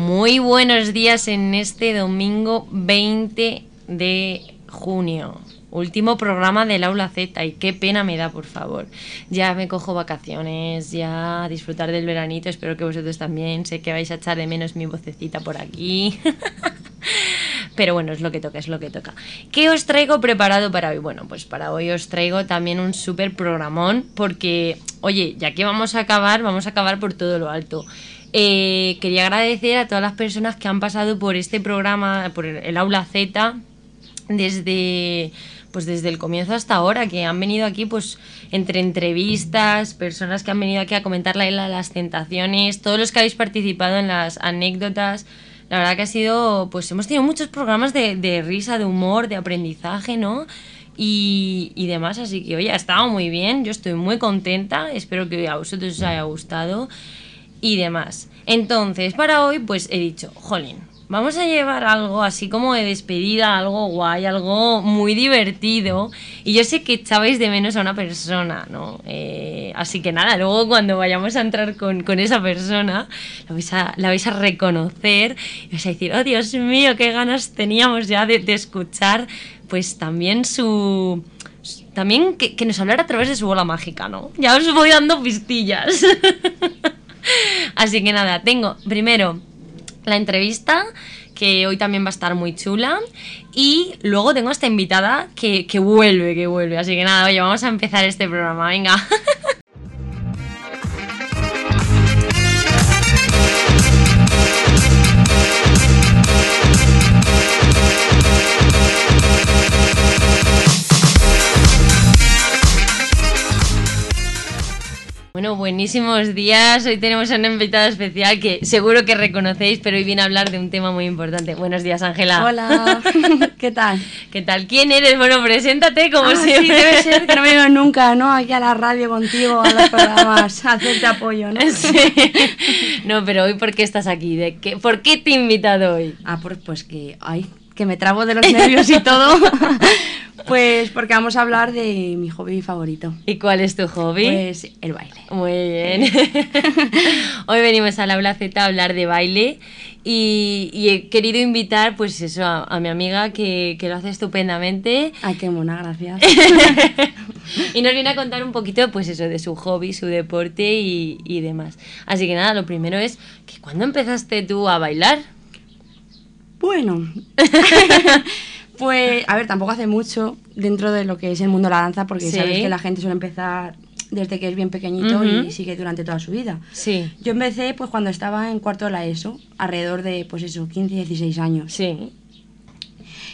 buenos días en este domingo 20 de junio. Último programa del Aula Z y qué pena me da, por favor. Ya me cojo vacaciones, ya a disfrutar del veranito, espero que vosotros también. Sé que vais a echar de menos mi vocecita por aquí. Pero bueno, es lo que toca, es lo que toca. ¿Qué os traigo preparado para hoy? Bueno, pues para hoy os traigo también un súper programón porque, oye, ya que vamos a acabar, vamos a acabar por todo lo alto. Eh, quería agradecer a todas las personas que han pasado por este programa, por el Aula Z, desde pues desde el comienzo hasta ahora, que han venido aquí pues entre entrevistas, personas que han venido aquí a comentar la isla de las tentaciones, todos los que habéis participado en las anécdotas. La verdad que ha sido, pues hemos tenido muchos programas de, de risa, de humor, de aprendizaje, ¿no? Y, y demás, así que oye, ha estado muy bien, yo estoy muy contenta, espero que a vosotros os haya gustado y demás. Entonces, para hoy, pues he dicho, jolín, vamos a llevar algo así como de despedida, algo guay, algo muy divertido. Y yo sé que echabais de menos a una persona, ¿no? Eh, así que nada, luego cuando vayamos a entrar con, con esa persona, la vais, a, la vais a reconocer y vais a decir, oh Dios mío, qué ganas teníamos ya de, de escuchar, pues también su también que, que nos hablara a través de su bola mágica, ¿no? Ya os voy dando pistillas. Así que nada, tengo primero la entrevista, que hoy también va a estar muy chula. Y luego tengo a esta invitada que, que vuelve, que vuelve. Así que nada, oye, vamos a empezar este programa, venga. Bueno, buenísimos días. Hoy tenemos a una invitada especial que seguro que reconocéis, pero hoy viene a hablar de un tema muy importante. Buenos días, Ángela. Hola, ¿qué tal? ¿Qué tal? ¿Quién eres? Bueno, preséntate como Ah, siempre. Sí, debe ser que no vengo nunca, ¿no? Aquí a la radio contigo, a los programas, a hacerte apoyo, ¿no? Sí. No, pero hoy, ¿por qué estás aquí? ¿De qué? ¿Por qué te he invitado hoy? Ah, por- pues que, ay, que me trabo de los nervios y todo. pues porque vamos a hablar de mi hobby favorito. ¿Y cuál es tu hobby? Pues el baile. Muy bien. Hoy venimos al Aula Z a hablar de baile y, y he querido invitar pues eso a, a mi amiga que, que lo hace estupendamente Ay, qué mona, gracias. y nos viene a contar un poquito pues eso de su hobby, su deporte y, y demás. Así que nada, lo primero es que ¿cuándo empezaste tú a bailar? Bueno, pues a ver, tampoco hace mucho dentro de lo que es el mundo de la danza, porque Sí. sabes que la gente suele empezar desde que es bien pequeñito Ujú. y sigue durante toda su vida. Sí, Yo empecé pues cuando estaba en cuarto de la ESO, alrededor de pues eso, 15, 16 años. sí.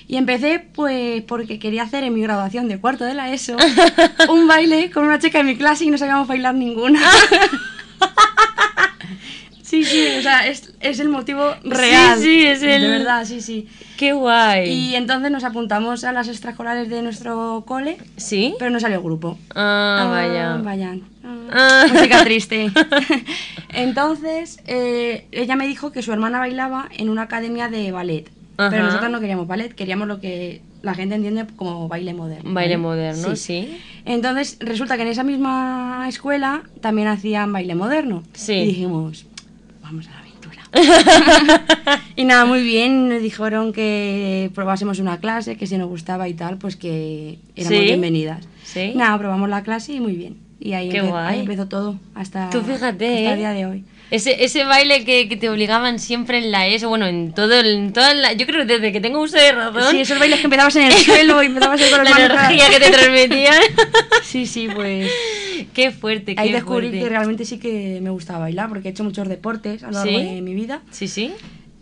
Y empecé pues porque quería hacer en mi graduación de cuarto de la ESO un baile con una chica de mi clase y no sabíamos bailar ninguna. sí, sí, o sea, es, es el motivo real. sí, es el- De verdad, sí, sí. Qué guay. Y entonces nos apuntamos a las extraescolares de nuestro cole, ¿Sí? pero no salió el grupo. Ah, vaya. Ah, vaya. Ah, Ah. Música triste. Entonces, eh, ella me dijo que su hermana bailaba en una academia de ballet. Ajá. Pero nosotros no queríamos ballet, queríamos lo que la gente entiende como baile moderno. Baile ¿vale? moderno, sí. Entonces, resulta que en esa misma escuela también hacían baile moderno. Sí. Y dijimos, vamos a la aventura. y nada, muy bien, nos dijeron que probásemos una clase, que si nos gustaba y tal, pues que éramos Sí. bienvenidas. Sí. Nada, probamos la clase y muy bien. Y ahí, ¿Eh? Qué empe- guay. ahí empezó todo, hasta, Tú fíjate, hasta ¿eh? el día de hoy. Ese, ese baile que, que te obligaban siempre en la ESO, bueno, en todo el- en toda la, yo creo que desde que tengo uso de razón, Sí, esos bailes que empezabas en el suelo y empezabas ahí con la las manos para- energía que te transmitían. Sí, sí, pues... qué fuerte, qué Ahí descubrí fuerte. que realmente sí que me gustaba bailar, porque he hecho muchos deportes a lo largo ¿Sí? de mi vida. Sí, sí.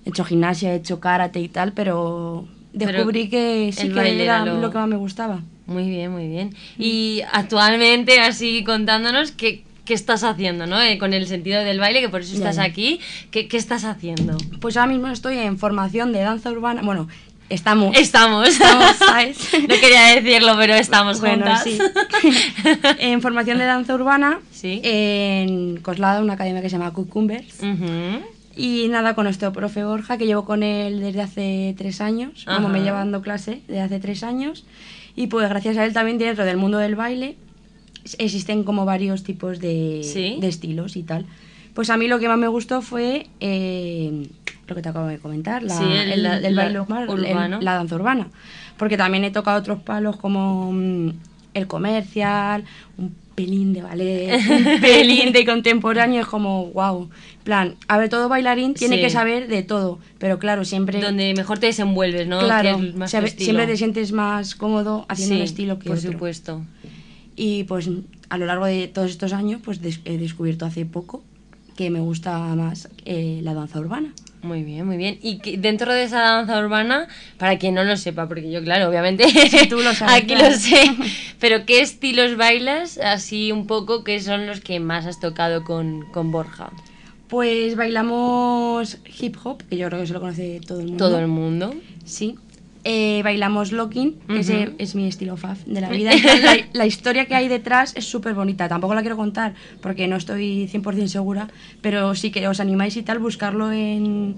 He hecho gimnasia, he hecho karate y tal, pero Pero descubrí que el sí baile que era era lo- lo... que más me gustaba. Muy bien, muy bien. Mm. Y actualmente así contándonos qué, qué estás haciendo, ¿no? Eh, con el sentido del baile, que por eso Ya, estás ya. aquí, ¿qué, qué estás haciendo? Pues ahora mismo estoy en formación de danza urbana. Bueno, estamos. Estamos. Eh, Estamos, ¿sabes? no quería decirlo, pero estamos Bueno, juntas. sí. en formación de danza urbana Sí. en Coslada, una academia que se llama Cucumbers. Ujú. Y nada, con nuestro profe Borja, que llevo con él desde hace tres años, como me Ajá. lleva dando clase desde hace tres años. Y pues gracias a él también dentro del mundo del baile s- existen como varios tipos de, Sí. de estilos y tal. Pues a mí lo que más me gustó fue eh, lo que te acabo de comentar, la, Sí, el- el, el la- baile urba- el- urbano. la danza urbana. Porque también he tocado otros palos como mm, el comercial, un pelín de ballet, un pelín de contemporáneo, es como, wow. plan, a ver, todo bailarín tiene Sí. que saber de todo, pero claro, siempre... Donde mejor te desenvuelves, ¿no? Claro, Que es más tu sabe- estilo. siempre te sientes más cómodo haciendo Sí, un estilo que Por otro. supuesto. Y pues a lo largo de todos estos años pues des- he descubierto hace poco que me gusta más eh, la danza urbana. Muy bien, muy bien. Y que dentro de esa danza urbana, para quien no lo sepa, porque yo, claro, obviamente tú lo sabes, aquí claro. lo sé, pero ¿qué estilos bailas así un poco que son los que más has tocado con, con Borja? Pues bailamos hip hop, que yo creo que se lo conoce todo el mundo. Todo el mundo. Sí. Eh, bailamos locking, que ese Ujú. es mi estilo faf de la vida. Entonces, la, la historia que hay detrás es súper bonita. Tampoco la quiero contar porque no estoy 100% segura, pero sí que os animáis y tal, buscarlo en,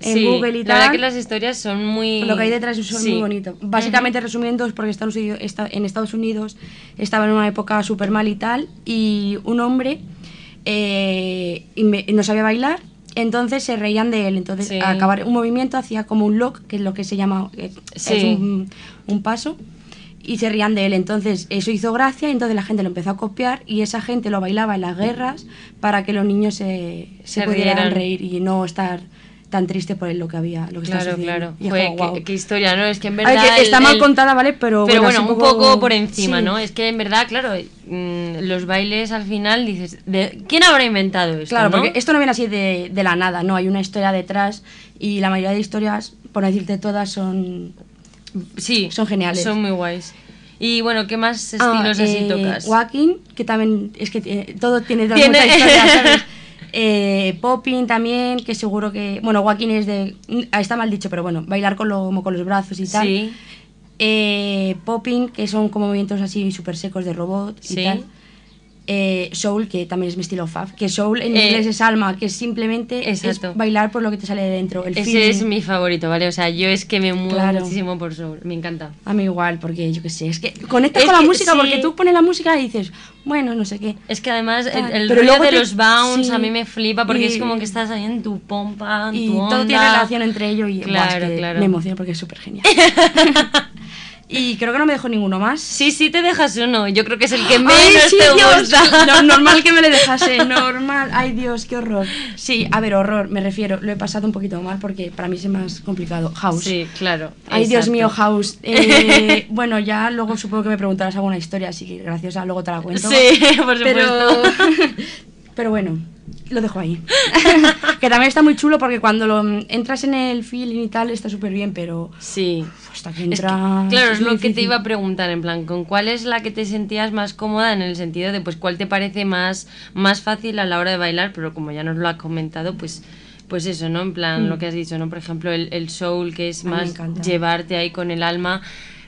en Sí, Google la y tal. verdad que las historias son muy... Lo que hay detrás es Sí. muy bonito. Básicamente resumiendo es porque Estados Unidos, esta- en Estados Unidos estaba en una época súper mal y tal y un hombre eh, inve- no sabía bailar, entonces se reían de él. Entonces Sí. a acabar un movimiento hacía como un lock, que es lo que se llama, eh, es Sí. un, un paso. Y se reían de él, entonces eso hizo gracia, entonces la gente lo empezó a copiar y esa gente lo bailaba en las guerras para que los niños se, se, Se pudieran rieran. reír y no estar tan triste por lo que había, lo que está Claro, sucediendo. claro. Y es Joder, como, qué- guau. qué, historia, ¿no? Es que en A ver, verdad... que está el- mal el- contada, ¿vale? Pero, Pero bueno, bueno, así un poco- poco por encima, sí. ¿no? Es que en verdad, claro, mm, los bailes al final dices, ¿de ¿quién habrá inventado esto? Claro, no? porque esto no viene así de, de la nada, ¿no? Hay una historia detrás y la mayoría de historias, por no decirte todas, son... Sí. Son geniales. Son muy guays. Y bueno, ¿qué más Ah, estilos así eh, tocas? Walking, que también es que tiene- todo tiene, Tiene- mucha historia, ¿sabes? Eh, popping también, que seguro que... Bueno, walking es de... ah, Está mal dicho, pero bueno, bailar con, lo- como con los brazos y tal. Sí. Eh, popping, que son como movimientos así súper secos de robot y Sí. tal. Eh, soul, que también es mi estilo fab. Que soul en Eh, inglés es alma, que simplemente es exacto. bailar por lo que te sale de dentro. El Ese feeling. es mi favorito, ¿vale? O sea, yo es que me muevo Claro. muchísimo por soul. Me encanta. A mí igual, porque yo qué sé, es que conectas Es con la que música, sí. porque tú pones la música y dices, bueno, no sé qué. Es que además el, Tal, el pero rollo luego de te- los bounce sí. a mí me flipa porque Y- es como que estás ahí en tu pompa, en Y tu todo tiene onda. relación entre ello y buah, es Claro, que claro. me emociono porque es súper genial. y creo que no me dejo ninguno más. Sí, sí te dejas uno. Yo creo que es el que menos Ay, sí, te Dios. gusta. No, normal que me le dejase, normal. Ay, Dios, qué horror. Sí, a ver, horror, me refiero. Lo he pasado un poquito mal porque para mí es el más complicado. House. Sí, claro. Ay, Dios exacto. mío, House. Eh, bueno, ya luego supongo que me preguntarás alguna historia, así que graciosa, luego te la cuento. Sí, por Pero, supuesto. pero bueno, lo dejo ahí. que también está muy chulo porque cuando lo, mm, entras en el feeling y tal está súper bien, pero pues, Sí. hasta que Es que, entras... claro, es muy lo que te difícil. iba a preguntar, en plan, ¿con cuál es la que te sentías más cómoda en el sentido de, pues, cuál te parece más, más fácil a la hora de bailar? Pero como ya nos lo has comentado, pues, pues eso, ¿no? En plan, lo que has dicho, ¿no? Por ejemplo, el, el soul, que es Mm. A mí me más encanta. llevarte ahí con el alma.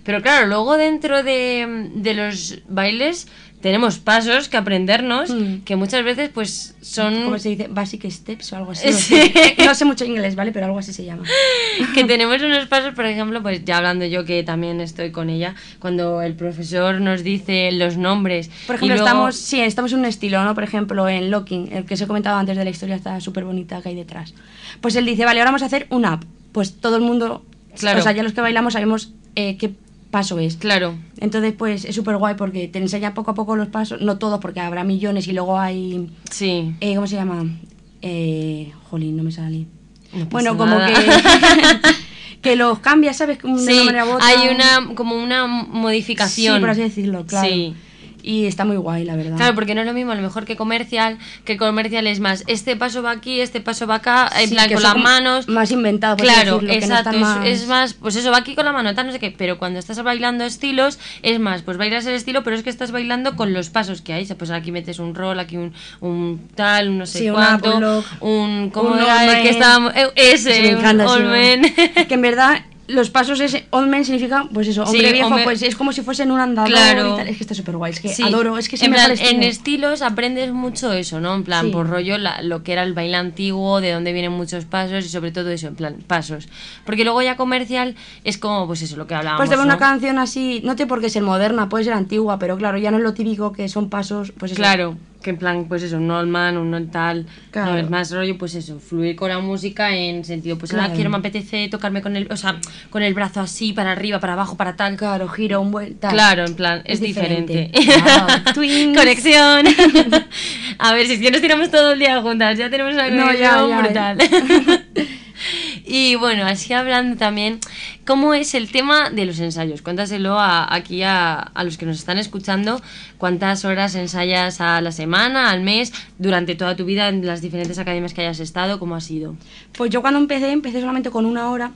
Pero claro, luego dentro de, de los bailes tenemos pasos que aprendernos, Mm. que muchas veces, pues, son... ¿Cómo se dice? Basic Steps o algo así. Sí. No, sé. No sé mucho inglés, ¿vale? Pero algo así se llama. que tenemos unos pasos, por ejemplo, pues ya hablando yo que también estoy con ella, cuando el profesor nos dice los nombres. Por y ejemplo, luego- estamos, sí, estamos en un estilo, ¿no? Por ejemplo, en Locking, el que os he comentado antes de la historia, está súper bonita que hay detrás. Pues él dice, vale, ahora vamos a hacer un up. Pues todo el mundo, Claro. o sea, ya los que bailamos sabemos eh, qué paso es. Claro, Entonces, pues es súper guay porque te enseña poco a poco los pasos, no todos, porque habrá millones y luego hay, sí. eh, ¿cómo se llama? Eh, jolín, no me sale. No pasa bueno, como nada. que, que los cambia, ¿sabes? De Sí, una manera u otra. hay una, como una modificación. Sí, por así decirlo, claro. Sí. Y está muy guay, la verdad. Claro, porque no es lo mismo a lo mejor que comercial, que comercial es más, este paso va aquí, este paso va acá, en Sí, plan que con son las como manos. Más inventado, por así Claro, decirlo, que no exacto, están más- es, es más, pues eso, va aquí con la mano, tal, no sé qué, pero cuando estás bailando estilos, es más, pues bailas el estilo, pero es que estás bailando con los pasos que hay, pues aquí metes un roll, aquí un, un tal, un no sé Sí, un cuánto, up, un lock, un, ¿cómo un era all el que man. estábamos? Eh, ese, Sí, me un encanta, all sí, me- man. que en verdad los pasos es old man significa pues eso Sí, hombre viejo hombre- pues es como si fuese en un andador Claro. y tal. es que está súper guay es que Sí, adoro es que es el en, mejor plan, en este- estilo. estilos aprendes mucho eso, ¿no? En plan, Sí. por rollo, la- lo que era el baile antiguo, de dónde vienen muchos pasos y sobre todo eso, en plan, pasos. Porque luego ya comercial es como, pues eso, lo que hablábamos. pues te ve ¿no? una canción así no tiene por qué ser moderna puede ser antigua pero claro ya no es lo típico que son pasos pues eso, Claro, que en plan, pues eso, un old man, un old tal, Claro. no, es más rollo, pues eso, fluir con la música en sentido, pues ahora Claro. quiero, me apetece tocarme con el, o sea, con el brazo así, para arriba, para abajo, para tal. Claro, giro, un vuelta. Claro, en plan, es, Es diferente. diferente. Wow. Twins. Conexión. A ver, si es que nos tiramos todo el día juntas, ya tenemos una No, conexión ya, ya, brutal. y bueno, así hablando también, ¿cómo es el tema de los ensayos? Cuéntaselo a- aquí a, a los que nos están escuchando, cuántas horas ensayas a la semana, al mes, durante toda tu vida en las diferentes academias que hayas estado, ¿cómo ha sido? Pues yo cuando empecé, empecé solamente con una hora.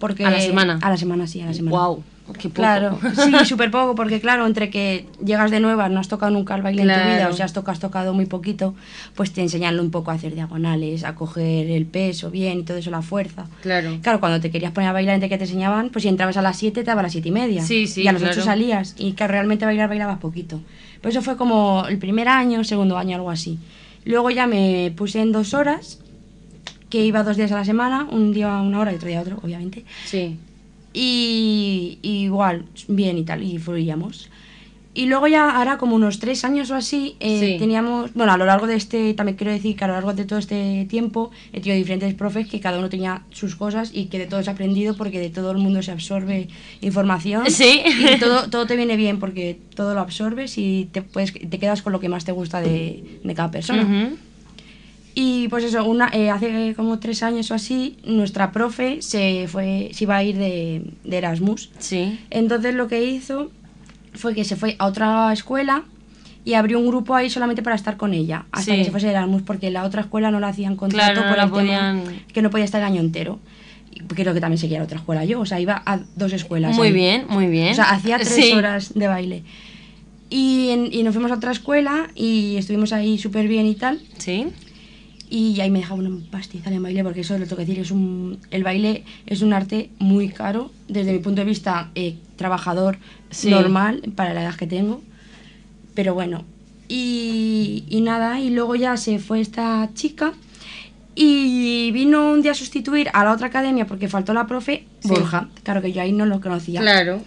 Porque ¿A la semana? A la semana, sí, a la semana. Wow, qué poco. Claro, sí, súper poco, porque claro, entre que llegas de nueva, no has tocado nunca el baile en tu vida, Claro. o sea, has tocado, has tocado muy poquito, pues te enseñan un poco a hacer diagonales, a coger el peso bien y todo eso, la fuerza. Claro. Claro, cuando te querías poner a bailar, entre que te enseñaban, pues si entrabas a las 7, te daba a las 7 y media. Sí, sí, Y a las 8 claro. salías. Y que realmente bailar, bailabas poquito. Pero eso fue como el primer año, segundo año, algo así. Luego ya me puse en dos horas, que iba dos días a la semana, un día una hora y otro día otro, obviamente. Sí. Y, y igual, bien y tal, y fluíamos. Y luego ya, ahora como unos tres años o así, eh, Sí. teníamos, bueno, a lo largo de este, también quiero decir que a lo largo de todo este tiempo he tenido diferentes profes que cada uno tenía sus cosas y que de todos he aprendido porque de todo el mundo se absorbe información. Sí. Y todo, todo te viene bien porque todo lo absorbes y te, puedes, te quedas con lo que más te gusta de, de cada persona. Ujú. Y pues eso, una, eh, hace como tres años o así, nuestra profe se fue, se iba a ir de, de Erasmus. Sí. Entonces lo que hizo fue que se fue a otra escuela y abrió un grupo ahí solamente para estar con ella, hasta Sí. que se fuese de Erasmus, porque la otra escuela no la hacían contrato Claro, no por la el tema podían- que no podía estar el año entero. Y Creo que también seguía a la otra escuela yo, o sea, iba a dos escuelas. Muy ahí. bien, muy bien. O sea, hacía tres Sí. horas de baile. Y, en- y nos fuimos a otra escuela y estuvimos ahí súper bien y tal. Sí. Y ahí me dejaba un pastizal en baile, porque eso lo tengo que decir, es un, el baile es un arte muy caro, desde mi punto de vista eh, trabajador Sí. normal, para la edad que tengo. Pero bueno, y, y nada, y luego ya se fue esta chica y vino un día a sustituir a la otra academia porque faltó la profe Sí. Borja, claro que yo ahí no lo conocía. Claro.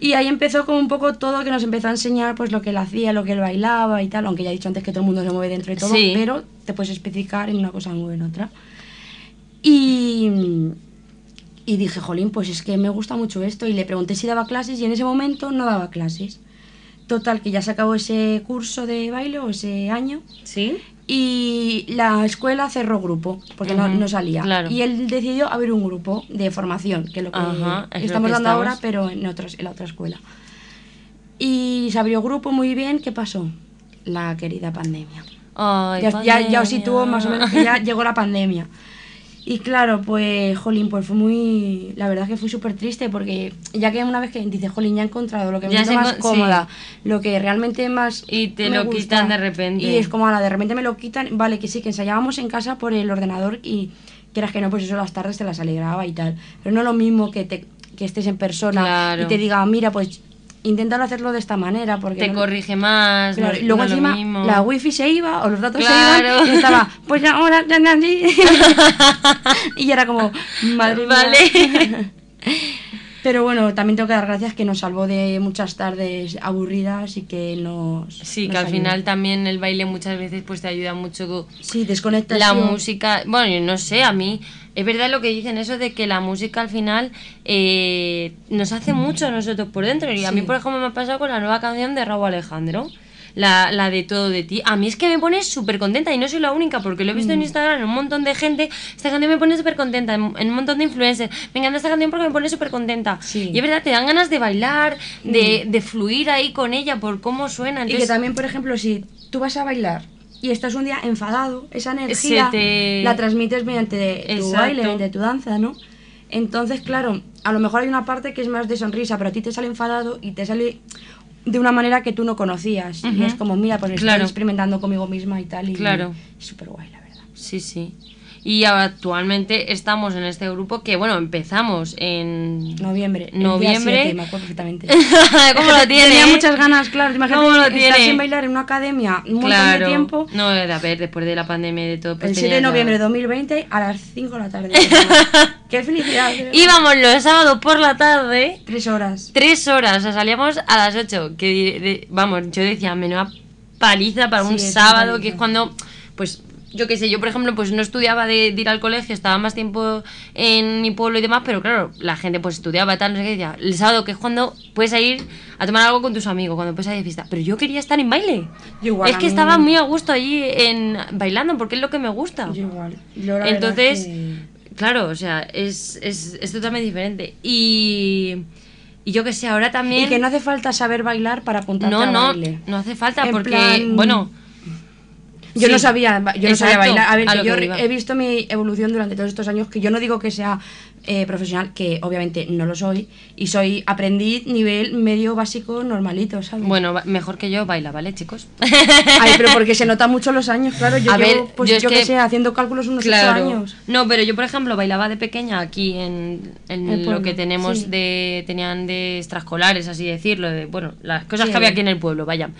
Y ahí empezó como un poco todo que nos empezó a enseñar pues lo que él hacía, lo que él bailaba y tal, aunque ya he dicho antes que todo el mundo se mueve dentro de todo, Sí. pero te puedes especificar en una cosa o en otra. Y, y dije, jolín, pues es que me gusta mucho esto y le pregunté si daba clases y en ese momento no daba clases. Total, que ya se acabó ese curso de baile o ese año Sí. y la escuela cerró grupo porque no- Ujú, no, salía. claro. Y él decidió abrir un grupo de formación, que es lo que Ajá, es lo estamos que estamos. dando ahora, pero en, otros, en la otra escuela. Y se abrió grupo muy bien. ¿Qué pasó? La querida pandemia. Ay, Ya, ya, ya os pandemia. sitúo más o menos que ya llegó la pandemia. Y claro, pues, jolín, pues fue muy. La verdad es que fue súper triste porque ya que una vez que dices, jolín, ya he encontrado lo que me Ya siento se más encon- sí. cómoda, lo que realmente más. Y te me lo quitan de repente. Y es como, ala, de repente me lo quitan. Vale, que sí, que ensayábamos en casa por el ordenador y quieras que no, pues eso las tardes te las alegraba y tal. Pero no lo mismo que, te, que estés en persona Claro. y te diga, mira, pues inténtalo hacerlo de esta manera porque. Te no- corrige más. Claro, no- y luego no lo encima mismo. la wifi se iba o los datos se Claro. iban y estaba, pues ya ahora ya ya, ya. y ya era como, madre mía. Vale. Pero bueno, también tengo que dar gracias que nos salvó de muchas tardes aburridas y que nos Sí, nos que al ayudó. final también el baile muchas veces pues te ayuda mucho sí, desconectas la sí. música. Bueno, yo no sé, a mí es verdad lo que dicen eso de que la música al final eh, nos hace mucho a nosotros por dentro. Y a mí, Sí. por ejemplo, me ha pasado con la nueva canción de Raúl Alejandro. La, la de todo de ti. A mí es que me pone súper contenta y no soy la única porque lo he Mm. visto en Instagram en un montón de gente. Esta canción me pone súper contenta en, en un montón de influencers. Me encanta esta canción porque me pone súper contenta. Sí. Mm. Y es verdad, te dan ganas de bailar, de, de fluir ahí con ella por cómo suena. y que Entonces, también, por ejemplo, si tú vas a bailar y estás un día enfadado, esa energía Se te- la transmites mediante tu Exacto. baile, mediante tu danza, ¿no? Entonces, claro, a lo mejor hay una parte que es más de sonrisa, pero a ti te sale enfadado y te sale de una manera que tú no conocías. Y Ujú. es como, mira, pues Claro. estoy experimentando conmigo misma y tal. Y Claro. es súper guay, la verdad. Sí, sí. Y ahora actualmente estamos en este grupo que, bueno, empezamos en... Noviembre. el día Noviembre. 7, me acuerdo perfectamente. ¿Cómo lo tiene? Tenía eh? muchas ganas, claro. Imagínate ¿Cómo lo estar tiene? sin bailar en una academia un montón Claro. de tiempo. No, a ver, después de la pandemia y de todo... pues El 7 de tenía noviembre de ya- 2020 a las 5 de la tarde. ¡Qué felicidad! Íbamos los sábados por la tarde, Tres horas. tres horas, o sea, salíamos a las ocho. Que, di- de- vamos, yo decía, menuda paliza para un Sí, es una sábado, que paliza. es cuando, pues, yo qué sé, yo por ejemplo, pues no estudiaba de, de ir al colegio, estaba más tiempo en mi pueblo y demás, pero claro, la gente pues estudiaba tal, no sé qué, decía, el sábado, que es cuando puedes ir a tomar algo con tus amigos, cuando puedes ir de fiesta. Pero yo quería estar en baile. Yo igual, es a que mí- estaba muy a gusto allí en, bailando, porque es lo que me gusta. Yo igual. Yo la verdad Entonces, que- claro, o sea, es, es, es totalmente diferente. Y, y yo que sé, ahora también... Y que no hace falta saber bailar para apuntarte no, a no, baile. no hace falta, En porque, plan- bueno, Yo Sí. no sabía, ba- yo no sabía Exacto, bailar. A ver, a que lo yo que re- iba. he visto mi evolución durante todos estos años, que yo no digo que sea eh, profesional, que obviamente no lo soy, y soy aprendiz nivel medio básico normalito, ¿sabes? bueno, va- mejor que yo baila, ¿vale, chicos? Pues Ay, pero porque se nota mucho los años, claro. Yo A llevo, ver, pues yo yo, es que, que- sé, haciendo cálculos unos ocho años. No, pero yo, por ejemplo, bailaba de pequeña aquí en, en El lo pueblo, que tenemos sí. de. tenían de extraescolares, así decirlo, de, bueno, las cosas Sí. que había aquí en el pueblo, vaya.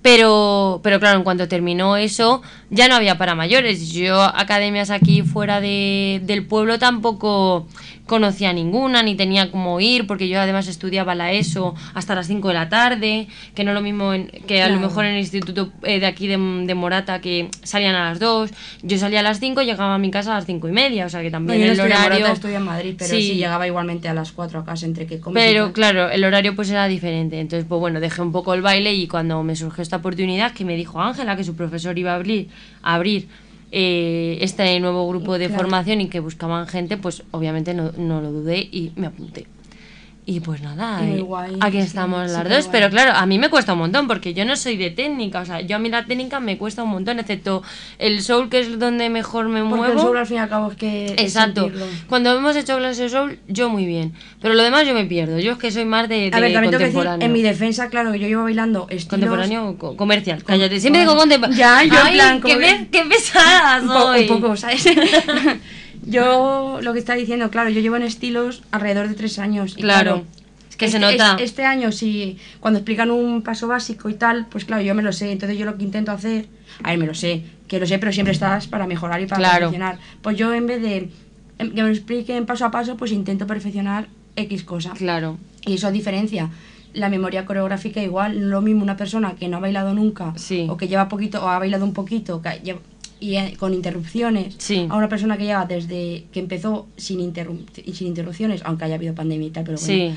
Pero, pero claro, en cuanto terminó eso, ya no había para mayores. Yo academias aquí fuera de- del pueblo tampoco conocía ninguna, ni tenía cómo ir, porque yo además estudiaba la ESO hasta las 5 de la tarde, que no es lo mismo en- que a lo Claro. mejor en el instituto eh, de aquí de, de Morata que salían a las 2, yo salía a las 5 y llegaba a mi casa a las 5 y media, o sea que No, también yo el no estudié en Morata, horario... estudié en Madrid, pero sí. Sí. llegaba igualmente a las 4 a casa entre que comes y Pero tal. claro, el horario pues era diferente, entonces pues bueno, dejé un poco el baile y cuando me surgió esta oportunidad que me dijo Ángela que su profesor iba a abrir, a abrir eh, este nuevo grupo de Claro. formación y que buscaban gente, pues obviamente no, no lo dudé y me apunté. Y pues nada, Y muy eh, guay, aquí sí, estamos las súper dos, guay. pero claro, a mí me cuesta un montón porque yo no soy de técnica, o sea, yo a mí la técnica me cuesta un montón, excepto el soul que es donde mejor me Porque muevo. el soul al fin y al cabo es que... es Exacto. e-, sentirlo. Cuando hemos hecho clase de soul, yo muy bien. Pero lo demás yo me pierdo. Yo es que soy más de, A de ver, también tengo que decir, contemporáneo. en mi defensa, claro, que yo llevo bailando estilos... contemporáneo o co- comercial. Cállate. Siempre digo contemporáneo. Ya, yo en Ay, plan, qué, como pe- que- qué pesada un, po- soy. un poco, ¿sabes? yo lo que está diciendo, claro, yo llevo en estilos alrededor de tres años. y Claro. Es que se este- nota. es- este año, si cuando explican un paso básico y tal, pues claro, yo me lo sé. Entonces yo lo que intento hacer, a ver, me lo sé, que lo sé, pero siempre estás para mejorar y para Claro. perfeccionar. Pues yo en vez de em, que me lo expliquen paso a paso, pues intento perfeccionar X cosa. Claro. Y eso diferencia. La memoria coreográfica igual, no lo mismo una persona que no ha bailado nunca Sí. o que lleva poquito o ha bailado un poquito que lle- y eh, con interrupciones Sí. a una persona que lleva desde que empezó sin, interrup- y sin interrupciones, aunque haya habido pandemia y tal, pero bueno, Sí.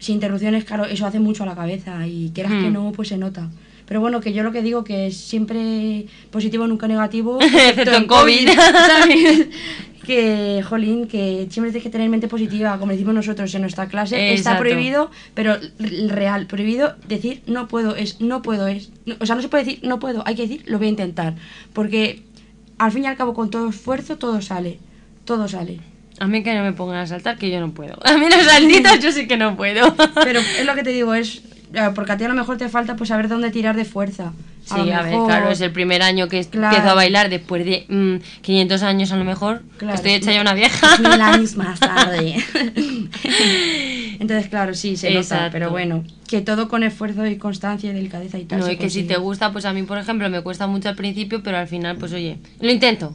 sin interrupciones, claro, eso hace mucho a la cabeza y quieras Hmm. que no, pues se nota. Pero bueno, que yo lo que digo que es siempre positivo, nunca negativo, Excepto en COVID. ¿sabes? Que, jolín, que siempre tienes que tener mente positiva, como decimos nosotros en nuestra clase. Está Exacto. prohibido, pero l- real, prohibido decir no puedo, es no puedo, es. no- o sea, no se puede decir no puedo, hay que decir lo voy a intentar. Porque al fin y al cabo, con todo esfuerzo, todo sale. Todo sale. A mí que no me pongan a saltar, que yo no puedo. A mí los saltitos yo sí que no puedo. Pero es lo que te digo, es eh, porque a ti a lo mejor te falta pues saber dónde tirar de fuerza. Sí, lo a, ver, mejor- claro, es el primer año que Claro. empiezo a bailar después de mm, 500 años a lo mejor. Claro. Estoy hecha ya una vieja. Mil años más tarde. Entonces, claro, sí, se nota, Exacto. pero bueno, que todo con esfuerzo y constancia y delicadeza y tal. No, se es que si consigue. te gusta, pues a mí, por ejemplo, me cuesta mucho al principio, pero al final, pues oye, lo intento.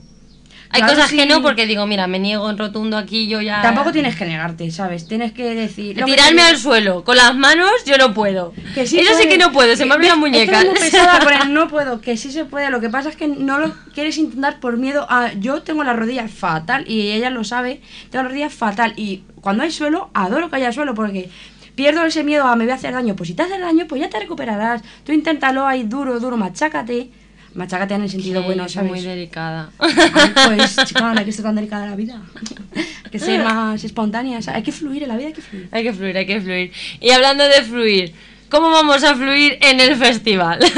Hay Claro, cosas sí. que no, porque digo, mira, me niego en rotundo aquí, yo ya... Tampoco tienes que negarte, ¿sabes? Tienes que decir. lo que Tirarme te- al suelo, con las manos yo no puedo. Que sí Eso sí puedes. que no puedo, se me abre ¿Ves? la muñeca. Estoy muy pesada con el no puedo, que sí se puede. Lo que pasa es que no lo quieres intentar por miedo a. Yo tengo las rodillas fatal y ella lo sabe. Tengo las rodillas fatal y cuando hay suelo, adoro que haya suelo porque pierdo ese miedo a me voy a hacer daño. Pues si te haces daño, pues ya te recuperarás. Tú inténtalo ahí duro, duro, machácate. Machácate en el sentido Sí, bueno, soy ¿sabes? muy delicada. Ay, pues, chica, no hay que ser tan delicada en la vida. Hay que ser más espontánea. o sea, Hay que fluir en la vida, hay que fluir. hay que fluir, hay que fluir. Y hablando de fluir, ¿cómo vamos a fluir en el festival?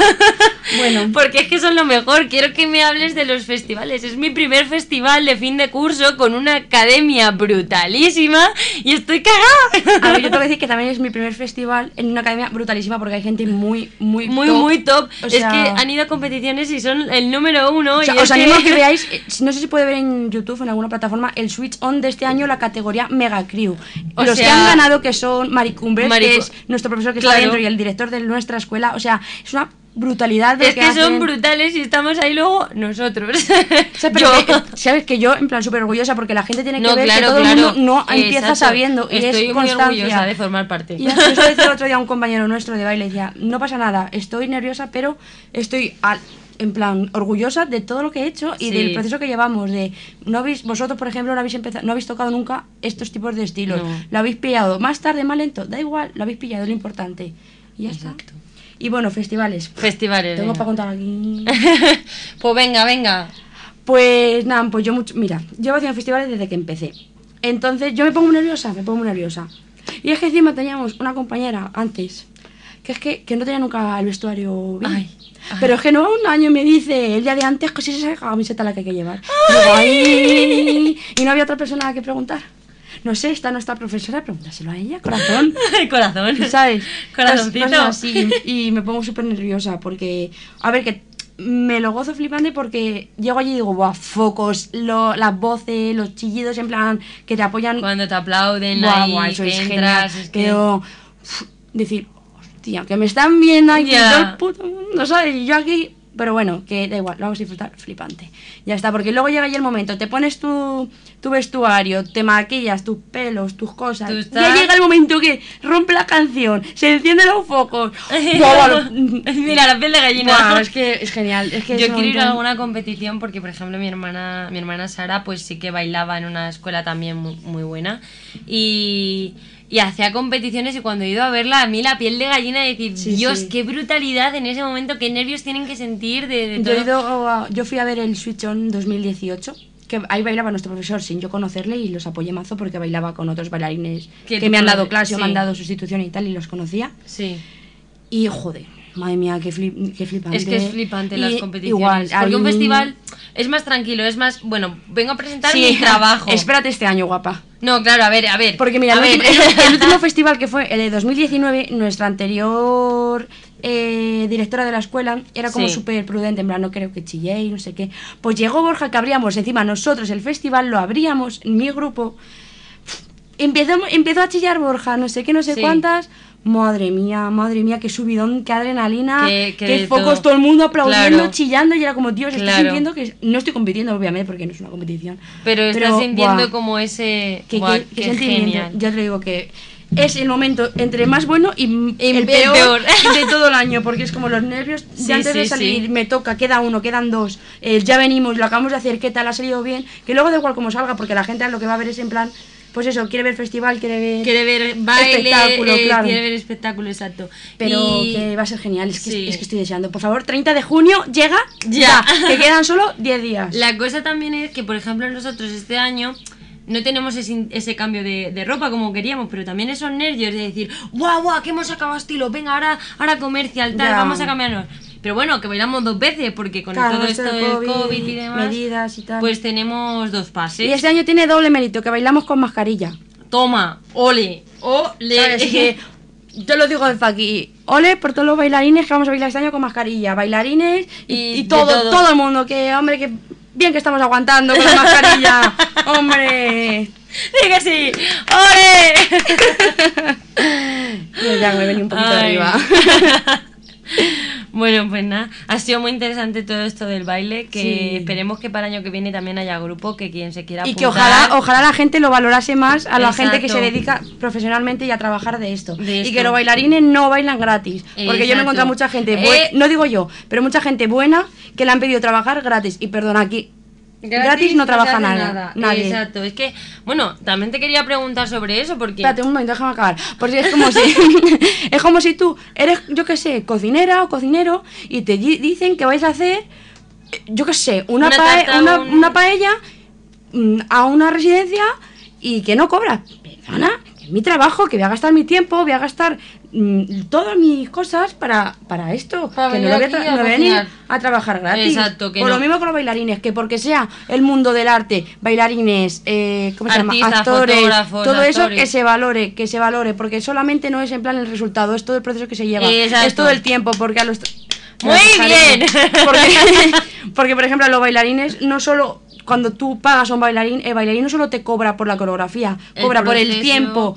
Bueno. Porque es que son lo mejor. Quiero que me hables de los festivales. Es mi primer festival de fin de curso con una academia brutalísima y estoy cagada. A ver, yo tengo que decir que también es mi primer festival en una academia brutalísima porque hay gente muy, muy, Muy, top. muy top. O es sea, que han ido a competiciones y son el número uno. o sea, y es os animo a que veáis, eh, si- no sé si puede ver en YouTube o en alguna plataforma, el Switch On de este año, la categoría Mega Crew. O Los que sea, han ganado, que son Maricumbres, Maricu- que es nuestro profesor que Claro. está dentro y el director de nuestra escuela. O sea, es una brutalidad de es que, son brutales y estamos ahí luego nosotros. O sea, pero que- sabes que yo, en plan, súper orgullosa porque la gente tiene que ver que todo el mundo no empieza Exacto. sabiendo y Estoy es muy orgullosa constancia. de formar parte. Y eso eso decía el otro día un compañero nuestro de baile, decía, no pasa nada, estoy nerviosa, pero estoy al- en plan orgullosa de todo lo que he hecho y Sí. del proceso que llevamos, de no habéis, vosotros por ejemplo no habéis empezado, no habéis tocado nunca estos tipos de estilos, No. lo habéis pillado más tarde, más lento, da igual, lo habéis pillado, es lo importante. Y ya Exacto. está. Y bueno, festivales. Festivales. venga. Tengo para contar aquí. pues venga, venga. Pues nada, pues yo mucho. Mira, llevo haciendo festivales desde que empecé. Entonces yo me pongo muy nerviosa, me pongo muy nerviosa. Y es que encima teníamos una compañera antes, que es que, que no tenía nunca el vestuario bien. Ay, ay. Pero es que no va un año y me dice el día de antes que si esa es la camiseta la que hay que llevar. Y digo, "Ay". Y no había otra persona a la que preguntar. No sé, está nuestra profesora, pregúntaselo a ella, corazón. Corazón. ¿Sabes? Corazoncito. Cos- cosas así. Y me pongo súper nerviosa porque, a ver, que me lo gozo flipante porque llego allí y digo, ¡buah! Focos, lo- las voces, los chillidos, en plan, que te apoyan. Cuando te aplauden ¡Buah, ahí, buah! Eso que es entras, genial. es que- Pero, uf, decir, hostia, que me están viendo aquí Ya. todo el puto mundo, ¿sabes? Y yo aquí. Pero bueno, que da igual, lo vamos a disfrutar flipante. Ya está, porque luego llega ahí el momento, te pones tu, tu vestuario, te maquillas, tus pelos, tus cosas. Tú Ya estás- llega el momento que rompe la canción, se encienden los focos. Buah, buah, lo- Mira, la piel de gallina. Buah, es que es genial. Es que yo ese quiero ir momento- a alguna competición porque, por ejemplo, mi hermana, mi hermana Sara, pues sí que bailaba en una escuela también muy, muy buena y, y hacía competiciones y cuando he ido a verla, a mí la piel de gallina de decir, Sí, Dios, sí. qué brutalidad en ese momento, qué nervios tienen que sentir de, de Yo, he todo". ido a- yo fui a ver el Switch On 2018, que ahí bailaba nuestro profesor sin yo conocerle y los apoyé mazo porque bailaba con otros bailarines Que que me han tú- dado clase o me sí. han dado sustitución y tal y los conocía. Sí. Y joder, madre mía, qué, flip- qué flipante. Es que es flipante Y las competiciones. Igual, porque un al- festival es más tranquilo, es más, bueno, vengo a presentar Sí, mi trabajo. Espérate este año, guapa. No, claro, a ver, a ver. Porque mira, a el ver. último, el- el último festival que fue el de 2019, nuestra anterior eh, directora de la escuela era como Sí. súper prudente, en plan, no creo que chilléis, no sé qué. Pues llegó Borja que abríamos, encima nosotros el festival lo abríamos, en mi grupo. Empezó, empezó a chillar Borja, no sé qué, no sé Sí. cuántas. Madre mía, madre mía, qué subidón, qué adrenalina, Qué- qué, qué de focos, todo. todo. el mundo aplaudiendo, Claro. chillando, y era como, Dios, estoy Claro. sintiendo que... No estoy compitiendo, obviamente, porque no es una competición. Pero estás sintiendo guau como ese. que, guau, que- que qué sentimiento. genial. Ya te lo digo que es el momento entre más bueno y m- Y el peor. peor, de todo el año, porque es como los nervios de Sí, antes sí, de salir, sí. me toca, queda uno, quedan dos, eh, ya venimos, lo acabamos de hacer, ¿qué tal? ¿Ha salido bien? Que luego da igual como salga, porque la gente lo que va a ver es en plan, pues eso, quiere ver festival, quiere ver... Quiere ver baile, Espectáculo, eh, claro. quiere ver espectáculo, exacto. Pero Y- que va a ser genial, es que, Sí. es que estoy deseando. Por favor, 30 de junio, llega Ya. ya, que quedan solo 10 días. La cosa también es que, por ejemplo, nosotros este año no tenemos ese, ese cambio de, de ropa como queríamos, pero también esos nervios de decir, guau, guau, que hemos acabado estilo, venga, ahora, ahora comercial, tal, Ya. vamos a cambiarnos. Pero bueno, que bailamos dos veces porque con Claro, todo esto esto del del COVID, COVID y demás, medidas y tal. pues tenemos dos pases. Y este año tiene doble mérito, que bailamos con mascarilla. Toma, ole, ole. ¿Sabes? Es que yo lo digo desde aquí. Ole por todos los bailarines que vamos a bailar este año con mascarilla. Bailarines y, Y y de todo, todo. todo, el mundo. Que, hombre, que bien que estamos aguantando con la mascarilla. hombre. Diga que sí, ole. Yo ya me venía un poquito Ay. arriba. bueno, pues nada, ha sido muy interesante todo esto del baile, que Sí. esperemos que para el año que viene también haya grupo, que quien se quiera Y que apuntar- ojalá, ojalá la gente lo valorase más a la gente que se Exacto. dedica profesionalmente y a trabajar de esto. De Y esto. que los bailarines no bailan gratis. Porque yo Exacto. me he encontrado mucha gente, bu- Eh. no digo yo, pero mucha gente buena que le han pedido trabajar gratis. Y perdona, aquí gratis, no se hace trabaja nada, nadie. Exacto, es que, bueno, también te quería preguntar sobre eso, porque... Espérate un momento, déjame acabar. Porque es como si, es como si tú eres, yo qué sé, cocinera o cocinero y te di- dicen que vais a hacer, eh, yo qué sé, una, Una pae- tarta, una, un- una paella mm, a una residencia y que no cobras. Perdona, que es mi trabajo, que voy a gastar mi tiempo, voy a gastar mm, todas mis cosas para, para esto. Para que no venir lo voy a, aquí tra- a no voy a venir cocinar. a trabajar gratis. Exacto, que o no. lo mismo con los bailarines, que porque sea el mundo del arte, bailarines, eh, ¿cómo se llama? Artistas, Actores, fotógrafos, todo eso actores. que se se valore, que se valore, porque solamente no es en plan el resultado, es todo el proceso que se lleva, Exacto. es todo el tiempo, porque a los... Muy bien. Porque, porque, por ejemplo, a los bailarines no solo... Cuando tú pagas a un bailarín, el bailarín no solo te cobra por la coreografía, El cobra por el proceso. tiempo,